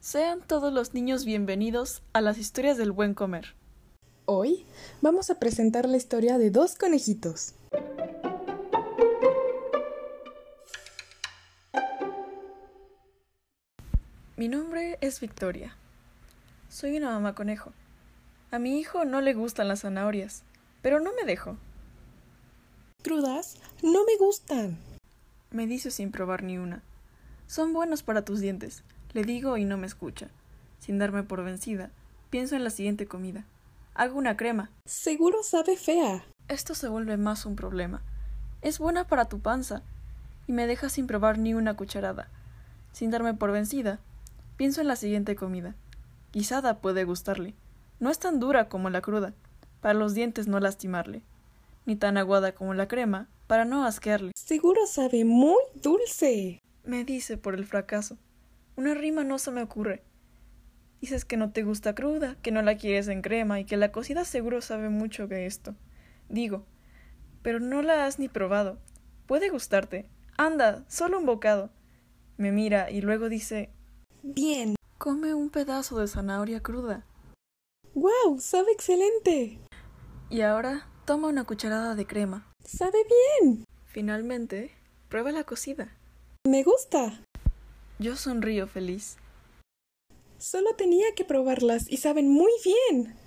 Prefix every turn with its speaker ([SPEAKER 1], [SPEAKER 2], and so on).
[SPEAKER 1] Sean todos los niños bienvenidos a las historias del buen comer.
[SPEAKER 2] Hoy vamos a presentar la historia de dos conejitos.
[SPEAKER 1] Mi nombre es Victoria. Soy una mamá conejo. A mi hijo no le gustan las zanahorias, pero no me dejo.
[SPEAKER 2] Crudas no me gustan.
[SPEAKER 1] Me dice sin probar ni una. Son buenos para tus dientes, le digo y no me escucha. Sin darme por vencida, pienso en la siguiente comida. Hago una crema.
[SPEAKER 2] Seguro sabe fea.
[SPEAKER 1] Esto se vuelve más un problema. Es buena para tu panza. Y me deja sin probar ni una cucharada. Sin darme por vencida, pienso en la siguiente comida. Guisada puede gustarle. No es tan dura como la cruda, para los dientes no lastimarle. Ni tan aguada como la crema, para no asquearle.
[SPEAKER 2] Seguro sabe muy dulce.
[SPEAKER 1] Me dice por el fracaso. Una rima no se me ocurre. Dices que no te gusta cruda, que no la quieres en crema y que la cocida seguro sabe mucho de esto. Digo, pero no la has ni probado. Puede gustarte. Anda, solo un bocado. Me mira y luego dice,
[SPEAKER 2] Bien.
[SPEAKER 1] come un pedazo de zanahoria cruda.
[SPEAKER 2] ¡Wow! Sabe excelente.
[SPEAKER 1] Y ahora toma una cucharada de crema.
[SPEAKER 2] Sabe bien.
[SPEAKER 1] Finalmente, prueba la cocida.
[SPEAKER 2] Me gusta.
[SPEAKER 1] Yo sonrío feliz.
[SPEAKER 2] Solo tenía que probarlas y saben muy bien.